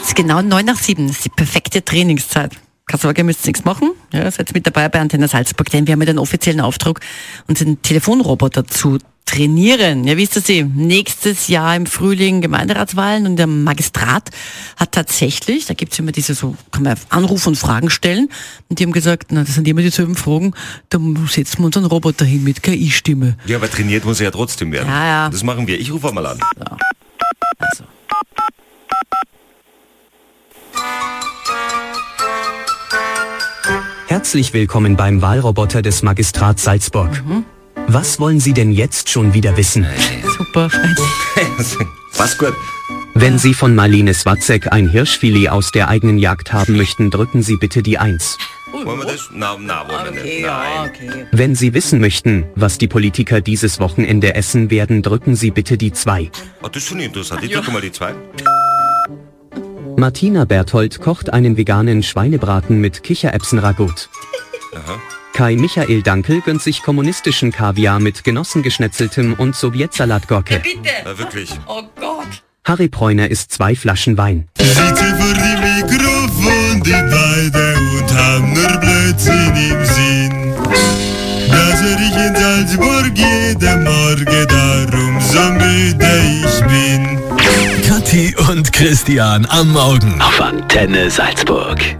Es ist genau neun nach sieben. Das ist die perfekte Trainingszeit. Keine Sorge, ihr müsst nichts machen. Ja, seid mit dabei bei Antenne Salzburg, denn wir haben ja den offiziellen Auftrag, unseren Telefonroboter zu trainieren. Ja, wisst ihr sie? eh? Nächstes Jahr im Frühling Gemeinderatswahlen und der Magistrat hat tatsächlich, da gibt's immer diese so, kann man Anrufe und Fragen stellen. Und die haben gesagt, na, das sind immer dieselben Fragen, da setzen wir unseren Roboter hin mit KI-Stimme. Ja, aber trainiert muss er ja trotzdem werden. Ja, ja. Das machen wir. Ich rufe mal an. Also. Herzlich willkommen beim Wahlroboter des Magistrats Salzburg. Mhm. Was wollen Sie denn jetzt schon wieder wissen? Super, Fred. Passt gut. Wenn Sie von Marlene Swatzek ein Hirschfilet aus der eigenen Jagd haben möchten, drücken Sie bitte die 1. Wollen wir das? Na, na, wollen wir Okay, nicht. ja, Nein. okay. Wenn Sie wissen möchten, was die Politiker dieses Wochenende essen werden, drücken Sie bitte die 2. Oh, das ist schon interessant. Ich drücke mal die zwei. Martina Berthold kocht einen veganen Schweinebraten mit Kichererbsenragout. Kai Michael Dankel gönnt sich kommunistischen Kaviar mit genossengeschnetzeltem und Sowjetsalatgurke. Na, wirklich. Oh Gott. Harry Bräuner isst zwei Flaschen Wein. Sitzen vor dem Mikrofon die beiden und haben nur Blödsinn im Sinn. Das hör ich in Salzburg jeden Morgen, darum so müde ich bin. Kathi und Christian am Morgen. auf Antenne Salzburg.